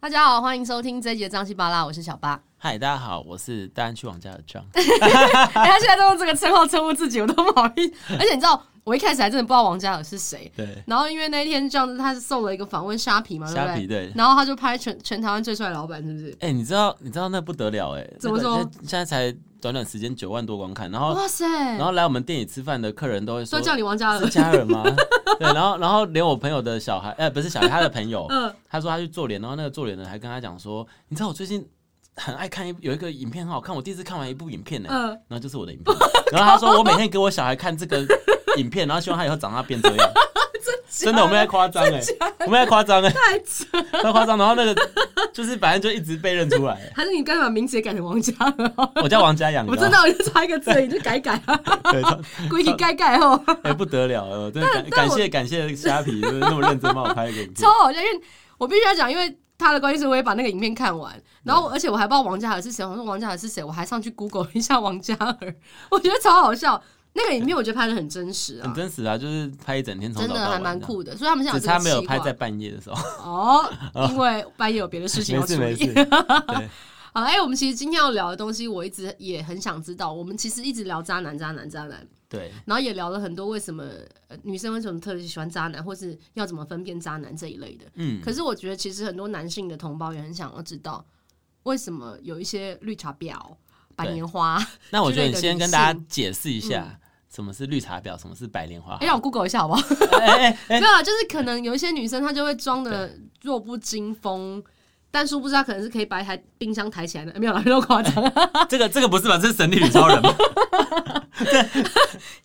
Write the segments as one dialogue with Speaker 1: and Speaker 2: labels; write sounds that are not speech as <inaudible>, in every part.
Speaker 1: 大家好，欢迎收听这一集的张西巴 <laughs> 拉，我是小八。
Speaker 2: 嗨，大家好，我是大安区王家的
Speaker 1: <laughs>
Speaker 2: 张。
Speaker 1: 哎、他现在都用这个称号称呼自己，我都不好意思。而且你知道，我一开始还真的不知道王嘉尔是谁。
Speaker 2: 对，
Speaker 1: 然后因为那一天这样子，他是送了一个访问虾皮嘛，对不
Speaker 2: 虾皮对
Speaker 1: 然后他就拍全全台湾最帅的老板，是不是？
Speaker 2: 哎、你知道你知道那不得了哎、
Speaker 1: 怎么说
Speaker 2: 那个现在现在才短短时间九万多观看，然后
Speaker 1: 哇塞！
Speaker 2: 哦然后来我们店里吃饭的客人都会说
Speaker 1: 都叫你王嘉尔
Speaker 2: 是，家人吗？对，然后然后连我朋友的小孩，哎、不是小孩，他的朋友，
Speaker 1: <laughs> 嗯，
Speaker 2: 他说他去做脸，然后那个做脸的还跟他讲说，你知道我最近很爱看一有一个影片很好看，我第一次看完一部影片呢、
Speaker 1: 嗯
Speaker 2: 然后就是我的影片，然后他说我每天给我小孩看这个影片，然后希望他以后长大
Speaker 1: <laughs>
Speaker 2: 变这样，真的我们在夸张哎，我们在夸张哎，
Speaker 1: 太扯！
Speaker 2: <laughs> 太夸张，然后那个就是反正就一直被认出
Speaker 1: <laughs>
Speaker 2: 来。
Speaker 1: 还是你干脆把名字也改成王嘉
Speaker 2: <laughs>
Speaker 1: 尔好了？
Speaker 2: 我叫王家养，
Speaker 1: 我真的，我就差一个字而已，你就改一改
Speaker 2: <laughs>
Speaker 1: 啊，
Speaker 2: 对，超
Speaker 1: 故意改一改哦。
Speaker 2: 哎、不得了了，真的感
Speaker 1: 但
Speaker 2: 感
Speaker 1: 我
Speaker 2: 谢感谢
Speaker 1: <laughs>
Speaker 2: 虾皮，就是那么认真帮我拍一个影
Speaker 1: 超
Speaker 2: 片。
Speaker 1: 好笑，因为我必须要讲，因为他的关系是我也把那个影片看完，然
Speaker 2: 嗯
Speaker 1: 后而且我还不知道王嘉尔是谁，我说王嘉尔是谁，我还上去 Google 了一下王嘉尔，我觉得超好笑。那个影片我觉得拍的很真实
Speaker 2: 很
Speaker 1: 啊，
Speaker 2: 真实啊，就是拍一整天，从
Speaker 1: 真
Speaker 2: 早到
Speaker 1: 的
Speaker 2: 晚
Speaker 1: 还蛮
Speaker 2: 这样
Speaker 1: 酷的，所以他们现在
Speaker 2: 只
Speaker 1: 有
Speaker 2: 差
Speaker 1: 这
Speaker 2: 没
Speaker 1: 个
Speaker 2: 有
Speaker 1: 计
Speaker 2: 拍
Speaker 1: 划
Speaker 2: 在半夜的时候。
Speaker 1: 哦，因为半夜有别的 <laughs> 事情
Speaker 2: 没
Speaker 1: 要处
Speaker 2: 事没
Speaker 1: 理。<laughs>
Speaker 2: 事，对，
Speaker 1: 好，哎、我们其实今天要聊的东西，我一直也很想知道。我们其实一直聊渣男、渣男、渣男，
Speaker 2: 对，
Speaker 1: 然后也聊了很多为什么、呃女生为什么特别喜欢渣男，或是要怎么分辨渣男这一类的。
Speaker 2: 嗯，
Speaker 1: 可是我觉得，其实很多男性的同胞也很想要知道，为什么有一些绿茶婊、白莲花。
Speaker 2: 那我觉得你
Speaker 1: 之类的
Speaker 2: 先
Speaker 1: 女
Speaker 2: 跟大家
Speaker 1: 性嗯
Speaker 2: 解释一下，什么是绿茶婊，什么是白莲花。
Speaker 1: <laughs> 哎、让我 Google 一下好不好？
Speaker 2: 哎哎哎，
Speaker 1: 没有啊，就是可能有一些女生她就会装的弱不禁风，但殊不知她可能是可以把一台冰箱抬起来的。哎 <laughs> 没有啦，没那么夸
Speaker 2: <laughs>
Speaker 1: 张。
Speaker 2: 哎这个这个不是吧？这是神力女超
Speaker 1: <laughs>
Speaker 2: 人吗？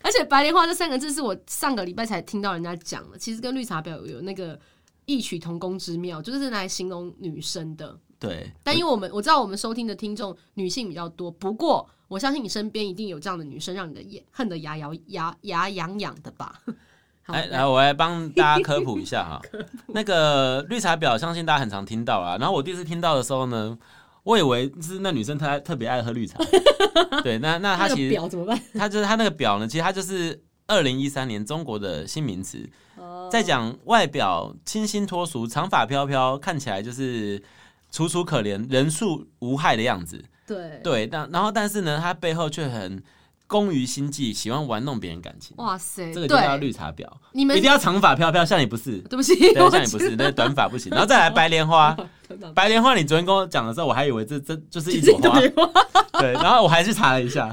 Speaker 1: 而且“白莲花”这三个字是我上个礼拜才听到人家讲的，其实跟绿茶婊有有那个异曲同工之妙，就是拿来形容女生的。
Speaker 2: 对，
Speaker 1: 但因为我们我知道我们收听的听众女性比较多，不过我相信你身边一定有这样的女生，让你的眼恨得牙咬牙牙痒痒的吧？好，
Speaker 2: 哎来来，我来帮大家科普一
Speaker 1: <laughs>
Speaker 2: 下哈。那个绿茶婊，相信大家很常听到啦。然后我第一次听到的时候呢，我以为是那女生她特别爱喝绿茶。对，那那她
Speaker 1: <laughs> 那个
Speaker 2: 其实
Speaker 1: 表怎么办？
Speaker 2: 她就是她那个婊呢，其实她就是二零一三年中国的新名词，
Speaker 1: 哦
Speaker 2: 在讲外表清新脱俗、长发飘飘，看起来就是楚楚可怜、人畜无害的样子。
Speaker 1: <laughs> 对，
Speaker 2: 对，但然后但是呢，她背后却很工于心计，喜欢玩弄别人感情。
Speaker 1: 哇塞，
Speaker 2: 这个就叫
Speaker 1: 对，
Speaker 2: 绿茶婊。
Speaker 1: 你们
Speaker 2: 一定要长发飘飘，像你不
Speaker 1: <laughs>
Speaker 2: 是，
Speaker 1: 对不起，
Speaker 2: 对，
Speaker 1: 我
Speaker 2: 像你不是，那短发不行。然后再来白莲花，白莲花，你昨天跟我讲的时候，我还以为这这就是一朵
Speaker 1: <laughs>
Speaker 2: 花，对。然后我还去查了一下，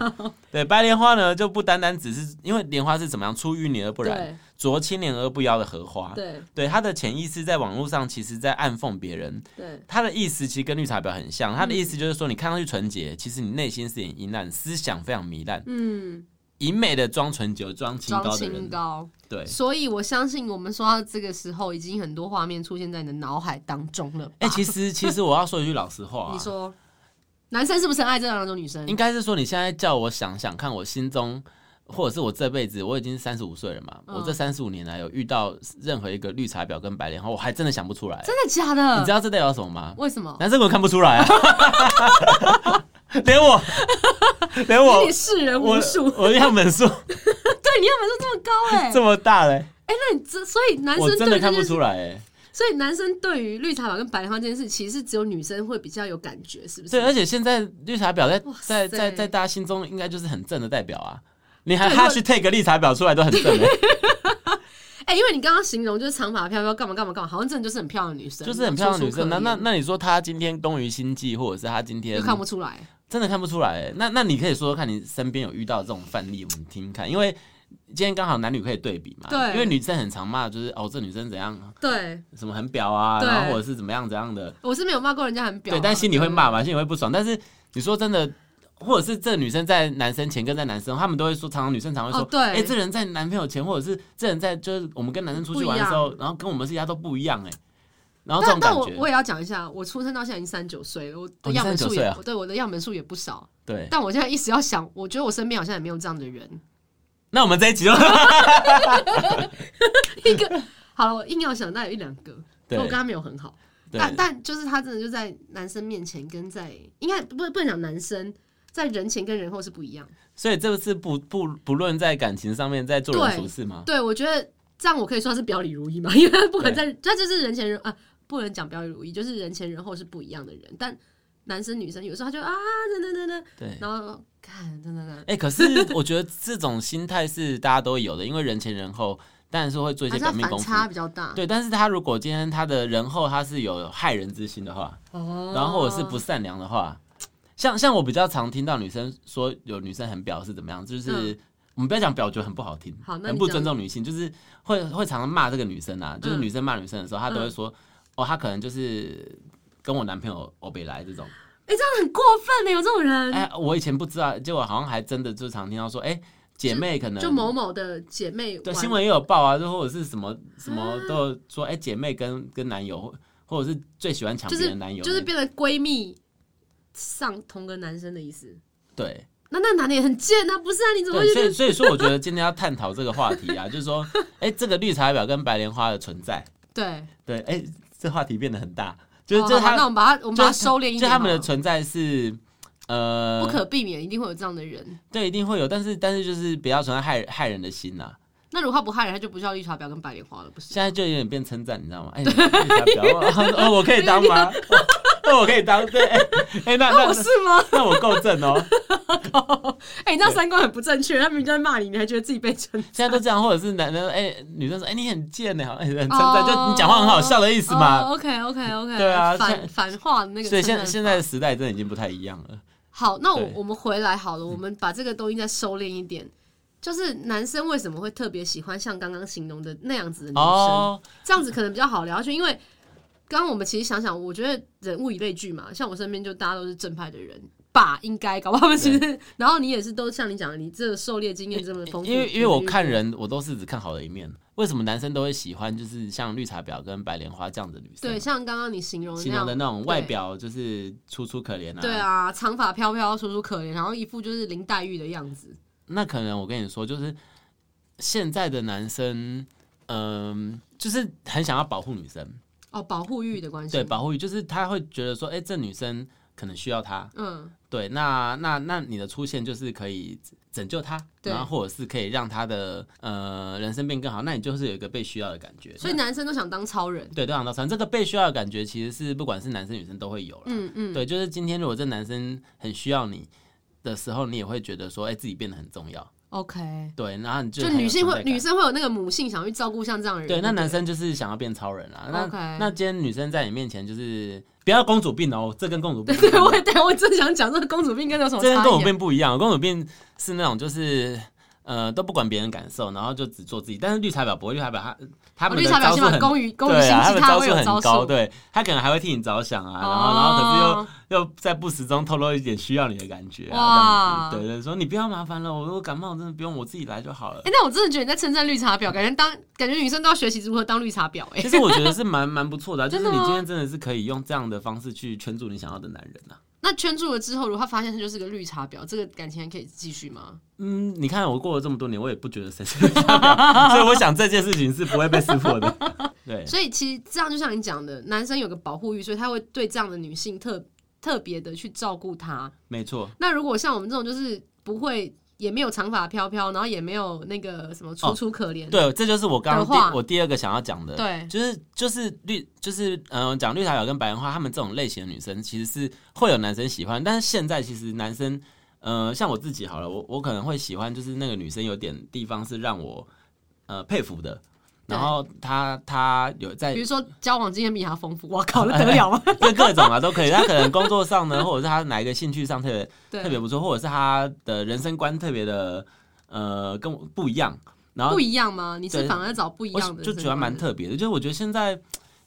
Speaker 2: 对，白莲花呢就不单单只是因为莲花是怎么样，出淤泥而不啊染，
Speaker 1: 对
Speaker 2: 濯清涟而不妖的荷花。
Speaker 1: 对
Speaker 2: 对，它的潜意识在网络上其实在暗讽别人，
Speaker 1: 对
Speaker 2: 它的意思其实跟绿茶婊很
Speaker 1: 嗯
Speaker 2: 像。它的意思就是说，你看上去纯洁，其实你内心是很阴暗，思想非常糜烂，
Speaker 1: 嗯，
Speaker 2: 以美的装纯洁、装清
Speaker 1: 装
Speaker 2: 高的
Speaker 1: 清
Speaker 2: 人，
Speaker 1: 高，
Speaker 2: 对。
Speaker 1: 所以我相信我们说到这个时候，已经很多画面出现在你的脑海当中了吧。
Speaker 2: 哎、其实其实我要说一句老实话、啊，
Speaker 1: 你说，男生是不是很爱这两种女生
Speaker 2: 应？该是说你现在叫我想想看，我心中或者是我这辈子，我已经三十五岁了嘛，
Speaker 1: 嗯
Speaker 2: 我这三十五年来有遇到任何一个绿茶婊跟白莲花，我还真的想不出来。
Speaker 1: 真的假的？
Speaker 2: 你知道这代表什么吗？
Speaker 1: 为什么？
Speaker 2: 男生我看不出来啊， <laughs> 连我
Speaker 1: 因
Speaker 2: 连
Speaker 1: 为
Speaker 2: 我
Speaker 1: 你世人无
Speaker 2: 我
Speaker 1: 数， <laughs>
Speaker 2: 我样本数
Speaker 1: 对，你样本数这么高哎、
Speaker 2: <laughs> 这么大嘞，
Speaker 1: 哎、那你这所以男生
Speaker 2: 我真的
Speaker 1: 对这
Speaker 2: 看
Speaker 1: 件
Speaker 2: 不
Speaker 1: 事，
Speaker 2: 出来哎。
Speaker 1: 所以男生对于绿茶婊跟白莲花这件事，其实只有女生会比较有感觉，是不
Speaker 2: 对，啊
Speaker 1: 是？
Speaker 2: 而且现在绿茶婊在
Speaker 1: 哇塞
Speaker 2: 在在在大家心中应该就是很正的代表啊。你还
Speaker 1: 对如果
Speaker 2: hash take 绿茶婊出来都很正
Speaker 1: <laughs>
Speaker 2: 欸，
Speaker 1: 哎、因为你刚刚形容就是长发飘飘，干嘛干嘛干嘛，好像真的就是很漂亮的女生，
Speaker 2: 就是很漂亮的女生。那那
Speaker 1: 楚楚
Speaker 2: 那你说她今天工于心计，或者是她今
Speaker 1: 可怜
Speaker 2: 天
Speaker 1: 又看不出来，
Speaker 2: 真的看不出来欸。那那你可以说说看你身边有遇到这种范例，我们听听看，因为今天刚好男女可以对比嘛。
Speaker 1: 对
Speaker 2: 因为女生很常骂，就是哦，这女生怎样，
Speaker 1: 对
Speaker 2: 什么很婊啊，
Speaker 1: 对
Speaker 2: 然后或者是怎么样怎样的，
Speaker 1: 我是没有骂过人家很婊啊、
Speaker 2: 对，但心里会骂
Speaker 1: 吧？
Speaker 2: 嘛，心里会不爽。但是你说真的。或者是这女生在男生前跟在男生后，他们都会说，常常女生常会说，
Speaker 1: 哦对
Speaker 2: 哎、这人在男朋友前，或者是这人在就是我们跟男生出去玩的时候，然后跟我们私下都不一样哎、然后这
Speaker 1: 但
Speaker 2: 种感
Speaker 1: 但我
Speaker 2: 觉，
Speaker 1: 我也要讲一下，我出生到现在已经三十九岁了，我的
Speaker 2: 哦你
Speaker 1: 样本数
Speaker 2: 39
Speaker 1: 也、
Speaker 2: 岁啊
Speaker 1: 对我的样本数也不少，
Speaker 2: 对，
Speaker 1: 但我现在一时要想，我觉得我身边好像也没有这样的人。
Speaker 2: 那我们这一
Speaker 1: <laughs>
Speaker 2: 集就
Speaker 1: 一个好了，我硬要想，那有一两个，因为
Speaker 2: 对
Speaker 1: 我啊跟他没有很好，
Speaker 2: 对
Speaker 1: 但但就是他真的就在男生面前跟在应该不不能讲男生。在人前跟人后是不一样，
Speaker 2: 所以这个是不不不论在感情上面，在做人处事吗？
Speaker 1: 对我觉得这样我可以说他是表里如一嘛，因为他不管在他就是人前人啊不能讲表里如一，就是人前人后是不一样的人，但男生女生有时候他就啊，等等等等，
Speaker 2: 对。
Speaker 1: 然后看等等等，
Speaker 2: 哎、
Speaker 1: <laughs>
Speaker 2: 可是我觉得这种心态是大家都有的，因为人前人后，当然是会做一
Speaker 1: 还
Speaker 2: 些
Speaker 1: 是他
Speaker 2: 表面
Speaker 1: 反
Speaker 2: 功夫。
Speaker 1: 差比较大。
Speaker 2: 对，但是他如果今天他的人后他是有害人之心的话，
Speaker 1: 哦
Speaker 2: 然后或者是不善良的话，像像我比较常听到女生说有女生很婊是怎么样，就是、我们不要讲婊，觉得很不好听，
Speaker 1: 嗯好那
Speaker 2: 很
Speaker 1: 你
Speaker 2: 不
Speaker 1: 讲
Speaker 2: 尊重女性，就是会会常常骂这个女生啊，就是
Speaker 1: 嗯
Speaker 2: 女生骂女生的时候，她都会
Speaker 1: 嗯
Speaker 2: 说、哦，她可能就是跟我男朋友欧北来这种，
Speaker 1: 很过分欸呢，有这种人，
Speaker 2: 哎、我以前不知道，结果好像还真的就常听到说，哎、姐妹可能
Speaker 1: 就某某的姐妹
Speaker 2: 嗯对
Speaker 1: 玩啊
Speaker 2: 新闻也有报啊，就或者是什么什么都有说，哎、姐妹跟跟男友，或者是最喜欢抢别人男友那
Speaker 1: 就
Speaker 2: 个，
Speaker 1: 是变成闺蜜上同个男生的意思。
Speaker 2: 对。
Speaker 1: 那那男的也很贱啊，不是啊？你怎么会
Speaker 2: 对，所
Speaker 1: 觉
Speaker 2: 以
Speaker 1: 得？
Speaker 2: 所以说，我觉得今天要探讨这个话题啊，就是 <laughs> 说，哎、这个绿茶婊跟白莲花的存在，
Speaker 1: 对，
Speaker 2: 对，哎、这话题变得很大，就是、
Speaker 1: 哦
Speaker 2: 就
Speaker 1: 好
Speaker 2: 是
Speaker 1: 吧
Speaker 2: 他
Speaker 1: 那我们把它我们
Speaker 2: 就
Speaker 1: 把它
Speaker 2: 是
Speaker 1: 收敛一点
Speaker 2: 就他
Speaker 1: 好
Speaker 2: 们的
Speaker 1: 了
Speaker 2: 存在是，呃，
Speaker 1: 不可避免，一定会有这样的人。
Speaker 2: 对，一定会有，但是但是就是不要存在害害人的心呐、啊
Speaker 1: 那如果他不害人，他就不叫绿茶婊跟白莲花了，不是？
Speaker 2: 现在就有点变称赞，你知道
Speaker 1: <laughs>
Speaker 2: 吗？哎、绿茶婊，哦，我可以当吗？哦，我可以当，对，哎、哎 <laughs>
Speaker 1: <laughs>
Speaker 2: 那
Speaker 1: 那我
Speaker 2: 那
Speaker 1: 哦是吗？
Speaker 2: <laughs> 那我够正哦。
Speaker 1: 哎、你这样三观很不正确，他明明就在骂你，你还觉得自己被称
Speaker 2: 现在都这样，或者是男的哎、女生说哎、你很贱呢，好像、哎很称赞，
Speaker 1: 哦
Speaker 2: 就你讲话很好笑 <laughs> 的意思嘛。
Speaker 1: o k
Speaker 2: <laughs>
Speaker 1: OK 哦 OK，
Speaker 2: 对啊现在
Speaker 1: 反反话的那个
Speaker 2: 所以
Speaker 1: 称赞法。
Speaker 2: 现现在的时代真的已经不太一样了。
Speaker 1: 好，那我
Speaker 2: 对嗯
Speaker 1: 我们回来好了，我们把这个东西再收敛一点。就是男生为什么会特别喜欢像刚刚形容的那样子的女生？
Speaker 2: 哦，
Speaker 1: 这样子可能比较好聊下去，因为刚刚我们其实想想，我觉得人物以类聚嘛，像我身边就大家都是正派的人吧，应该搞不好他们其实， <laughs> 然后你也是都像你讲的，你这个狩猎经验这么丰富，
Speaker 2: 因为因为我看人，我都是只看好的一面。为什么男生都会喜欢就是像绿茶婊跟白莲花这样的女生？
Speaker 1: 对，像刚刚你形容的
Speaker 2: 形
Speaker 1: 那样
Speaker 2: 容的那种
Speaker 1: 对
Speaker 2: 外表就是楚楚可怜啊。
Speaker 1: 对。啊，长发飘飘，楚楚可怜，然后一副就是林黛玉的样子，
Speaker 2: 那可能我跟你说，就是现在的男生，嗯、就是很想要保护女生，
Speaker 1: 哦，保护欲的关系，
Speaker 2: 对，保护欲，就是他会觉得说，哎、这女生可能需要他，
Speaker 1: 嗯，
Speaker 2: 对，那那那你的出现就是可以拯救他，
Speaker 1: 对
Speaker 2: 然后或者是可以让他的呃人生变更好，那你就是有一个被需要的感觉。
Speaker 1: 所以
Speaker 2: 那
Speaker 1: 男生都想当超人，
Speaker 2: 对，都啊想到穿这个被需要的感觉，其实是不管是男生女生都会有了。
Speaker 1: 嗯嗯，
Speaker 2: 对，就是今天如果这男生很需要你的时候，你也会觉得说，哎、自己变得很重要。
Speaker 1: ，OK，
Speaker 2: 对，然后你就
Speaker 1: 就
Speaker 2: 很有
Speaker 1: 女性
Speaker 2: 存
Speaker 1: 会
Speaker 2: 在感
Speaker 1: 女生会有那个母性想去照顾像这样的人，
Speaker 2: 对，那
Speaker 1: 不
Speaker 2: 男生就是想要变超人啦。那
Speaker 1: OK
Speaker 2: 那今天女生在你面前就是不要公主病哦，这跟公主病不一
Speaker 1: 对，
Speaker 2: 样
Speaker 1: 我也对我正想讲这个公主病跟这有什么
Speaker 2: 这跟
Speaker 1: 差
Speaker 2: 公主
Speaker 1: 异啊？
Speaker 2: 病不一样，公主病是那种就是呃都不管别人感受，然后就只做自己。但是绿茶婊不会，绿茶婊她他
Speaker 1: 哦
Speaker 2: 们
Speaker 1: 绿
Speaker 2: 的
Speaker 1: 茶
Speaker 2: 招
Speaker 1: 婊起
Speaker 2: 数
Speaker 1: 码
Speaker 2: 很
Speaker 1: 公于公于
Speaker 2: 对
Speaker 1: 心
Speaker 2: 啊，
Speaker 1: 计，
Speaker 2: 他们
Speaker 1: 她
Speaker 2: 招
Speaker 1: 会
Speaker 2: 数
Speaker 1: 有
Speaker 2: 很
Speaker 1: 招
Speaker 2: 高，
Speaker 1: 数。
Speaker 2: 对他可能还会替你着想啊，然后然后可是又
Speaker 1: 哦
Speaker 2: 又在不时中透露一点需要你的感觉啊，
Speaker 1: 哇
Speaker 2: 这样子对对，说你不要麻烦了，我如果感冒真的不用我自己来就好了
Speaker 1: 哎、。那我真的觉得你在称赞绿茶婊，感觉当感觉女生都要学习如何当绿茶婊、
Speaker 2: <laughs>
Speaker 1: 哎，
Speaker 2: 其实我觉得是蛮蛮
Speaker 1: <laughs>
Speaker 2: 不错的啊、就是
Speaker 1: 真的
Speaker 2: 你
Speaker 1: 吗
Speaker 2: 今天真的是可以用这样的方式去圈住你想要的男人啊。
Speaker 1: 那圈住了之后，如果她发现她就是个绿茶婊，这个感情还可以继续吗？
Speaker 2: 嗯，你看我过了这么多年，我也不觉得谁是绿茶 <laughs> 婊，所以我想这件事情是不会被识破的。 <laughs> 对，
Speaker 1: 所以其实这样就像你讲的，男生有个保护欲，所以他会对这样的女性特特别的去照顾她。
Speaker 2: 没错。
Speaker 1: 那如果像我们这种就是不会，也没有长发飘飘，然后也没有那个什么楚楚可怜、
Speaker 2: 哦对，这就是我刚刚
Speaker 1: 的话
Speaker 2: 第我第二个想要讲的，
Speaker 1: 对，
Speaker 2: 就是就是绿就是嗯、呃讲绿茶婊跟白莲花他们这种类型的女生，其实是会有男生喜欢，但是现在其实男生，呃，像我自己好了，我我可能会喜欢，就是那个女生有点地方是让我呃佩服的，然后她她有
Speaker 1: <laughs>
Speaker 2: 在
Speaker 1: 比如说交往经验比她丰
Speaker 2: <laughs>
Speaker 1: 富，我靠，那得了吗？
Speaker 2: 这各种啊都可以，她可能工作上呢，或者是她哪一个兴趣上特别
Speaker 1: 对，
Speaker 2: 特别不错，或者是她的人生观特别的呃跟我不一样，然后
Speaker 1: 不一样吗？你是
Speaker 2: 对
Speaker 1: 反而找不一
Speaker 2: 我
Speaker 1: 样的，
Speaker 2: 就觉得蛮，特别的。就是我觉得现在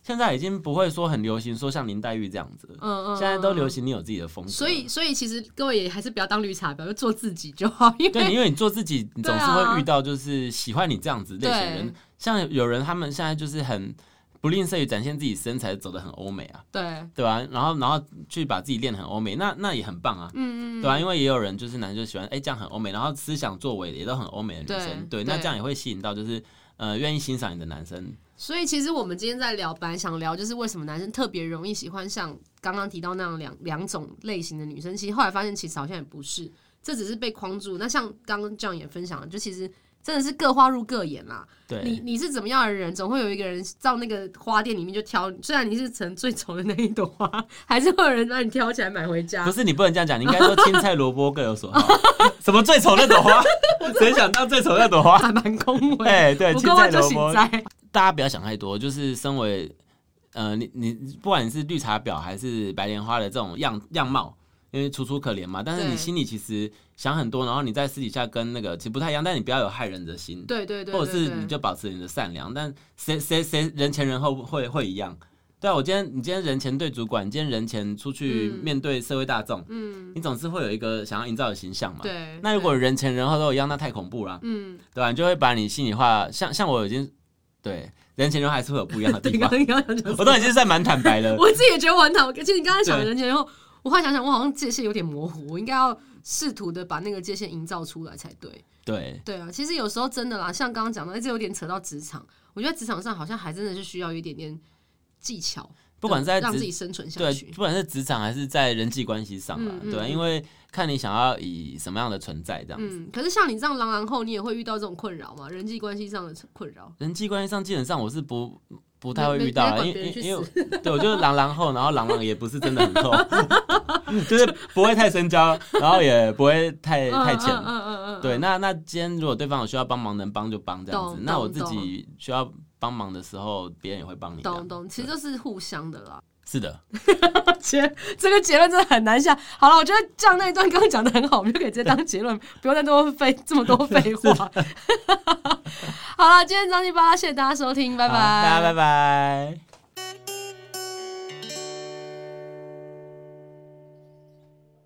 Speaker 2: 现在已经不会说很流行说像林黛玉这样子了，
Speaker 1: 嗯嗯，
Speaker 2: 现在都流
Speaker 1: 行。
Speaker 2: 行你有自己的风格。
Speaker 1: 所以，所以其实各位也还是不要当绿茶婊，就做自己就好，因
Speaker 2: 对，
Speaker 1: 为
Speaker 2: 因为你做自己，你总是
Speaker 1: 对啊
Speaker 2: 会遇到就是喜欢你这样子类型的人
Speaker 1: 对。
Speaker 2: 像有人他们现在就是很不吝啬于展现自己身材，走的很欧美啊，
Speaker 1: 对，
Speaker 2: 对吧、然后然后去把自己练得很欧美，那那也很棒啊。
Speaker 1: 嗯嗯，
Speaker 2: 对吧、因为也有人就是男生就喜欢，哎、这样很欧美，然后思想作为也都很欧美的女生，
Speaker 1: 对
Speaker 2: 对，那
Speaker 1: 对
Speaker 2: 这样也会吸引到就是呃愿意欣赏你的男生，
Speaker 1: 所以其实我们今天在聊，本来想聊就是为什么男生特别容易喜欢像刚刚提到那样两两种类型的女生，其实后来发现其实好像也不是，这只是被框住。那像刚刚 John 也分享了，就其实真的是各花入各眼啦。你
Speaker 2: 对，
Speaker 1: 你是怎么样的人，总会有一个人到那个花店里面就挑，虽然你是成 <laughs> 最丑的那一朵花，还是会有人让你挑起来买回家
Speaker 2: 不。是你不能这样讲，你应该说青菜萝卜各有
Speaker 1: <laughs>
Speaker 2: 所好。什么最丑那朵花？谁想当最丑那朵花？
Speaker 1: <laughs> 还蛮恭维。
Speaker 2: 哎，对，
Speaker 1: 不
Speaker 2: 青
Speaker 1: 够
Speaker 2: 菜
Speaker 1: 万就
Speaker 2: 萝
Speaker 1: 醒
Speaker 2: 卜
Speaker 1: 哉。
Speaker 2: 大家不要想太多，就是身为呃，你你不管你是绿茶婊还是白莲花的这种样样貌，因为楚楚可怜嘛，但是
Speaker 1: 对
Speaker 2: 你心里其实想很多，然后你在私底下跟那个其实不太一样，但你不要有害人的心，
Speaker 1: 对对对，
Speaker 2: 或者
Speaker 1: 对
Speaker 2: 是
Speaker 1: 对
Speaker 2: 你就保持你的善良，但谁谁谁人前人后会会一样。对啊，我今天你今天人前对主管，你今天人前出去
Speaker 1: 嗯
Speaker 2: 面对社会大众，
Speaker 1: 嗯，
Speaker 2: 你总是会有一个想要营造的形象嘛。
Speaker 1: 对。
Speaker 2: 那如果人前人后都一样，那太恐怖了啊、
Speaker 1: 嗯，
Speaker 2: 对吧、你就会把你心里话，像像我已经对人前人后还是会有不一样的
Speaker 1: 对，
Speaker 2: 地
Speaker 1: 刚刚
Speaker 2: 方。
Speaker 1: 刚刚讲什么，
Speaker 2: 我都已经算蛮坦白了
Speaker 1: 我自己也觉得我很讨厌。其实你刚才讲的人前人后，我后来想想，我好像界限有点模糊，我应该要试图的把那个界限营造出来才对。
Speaker 2: 对
Speaker 1: 对啊，其实有时候真的啦，像刚刚讲的，哎这有点扯到职场。我觉得职场上好像还真的是需要一点点技巧，
Speaker 2: 不管是在
Speaker 1: 让自
Speaker 2: 职
Speaker 1: 己生存下
Speaker 2: 对，
Speaker 1: 去。
Speaker 2: 不管是职场还是在人际关系上啊，
Speaker 1: 嗯嗯
Speaker 2: 对啊，
Speaker 1: 嗯
Speaker 2: 因为看你想要以什么样的存在这样。
Speaker 1: 嗯，可是像你这样狼狼后，你也会遇到这种困扰嘛？人际关系上的困扰。
Speaker 2: 人际关系上基本上我是不不太会
Speaker 1: 没
Speaker 2: 遇到
Speaker 1: 没
Speaker 2: 啊，
Speaker 1: 没
Speaker 2: 因
Speaker 1: 管别人
Speaker 2: 因
Speaker 1: 去
Speaker 2: 因为我对我就是狼狼后，然后狼狼也不是真的很厚， <laughs> 就是不会太深交，然后也不会太太浅。
Speaker 1: 嗯嗯嗯嗯，
Speaker 2: <laughs> 对，那那今天如果对方有需要帮忙，能帮就帮这样子
Speaker 1: 懂。
Speaker 2: 那我
Speaker 1: 懂
Speaker 2: 自己需要帮忙的时候，别人也会帮你这样子。
Speaker 1: 懂懂，其实就是互相的啦。
Speaker 2: 是的，
Speaker 1: 结这个结论真的很难下。好了，我觉得这样那一段刚刚讲的很好，我们就可以直接当结 <laughs> 论，不用再多费这么多废 <laughs> 话。好了，今天张继巴拉，谢谢大家收听，拜
Speaker 2: 好
Speaker 1: 拜，
Speaker 2: 大家拜拜。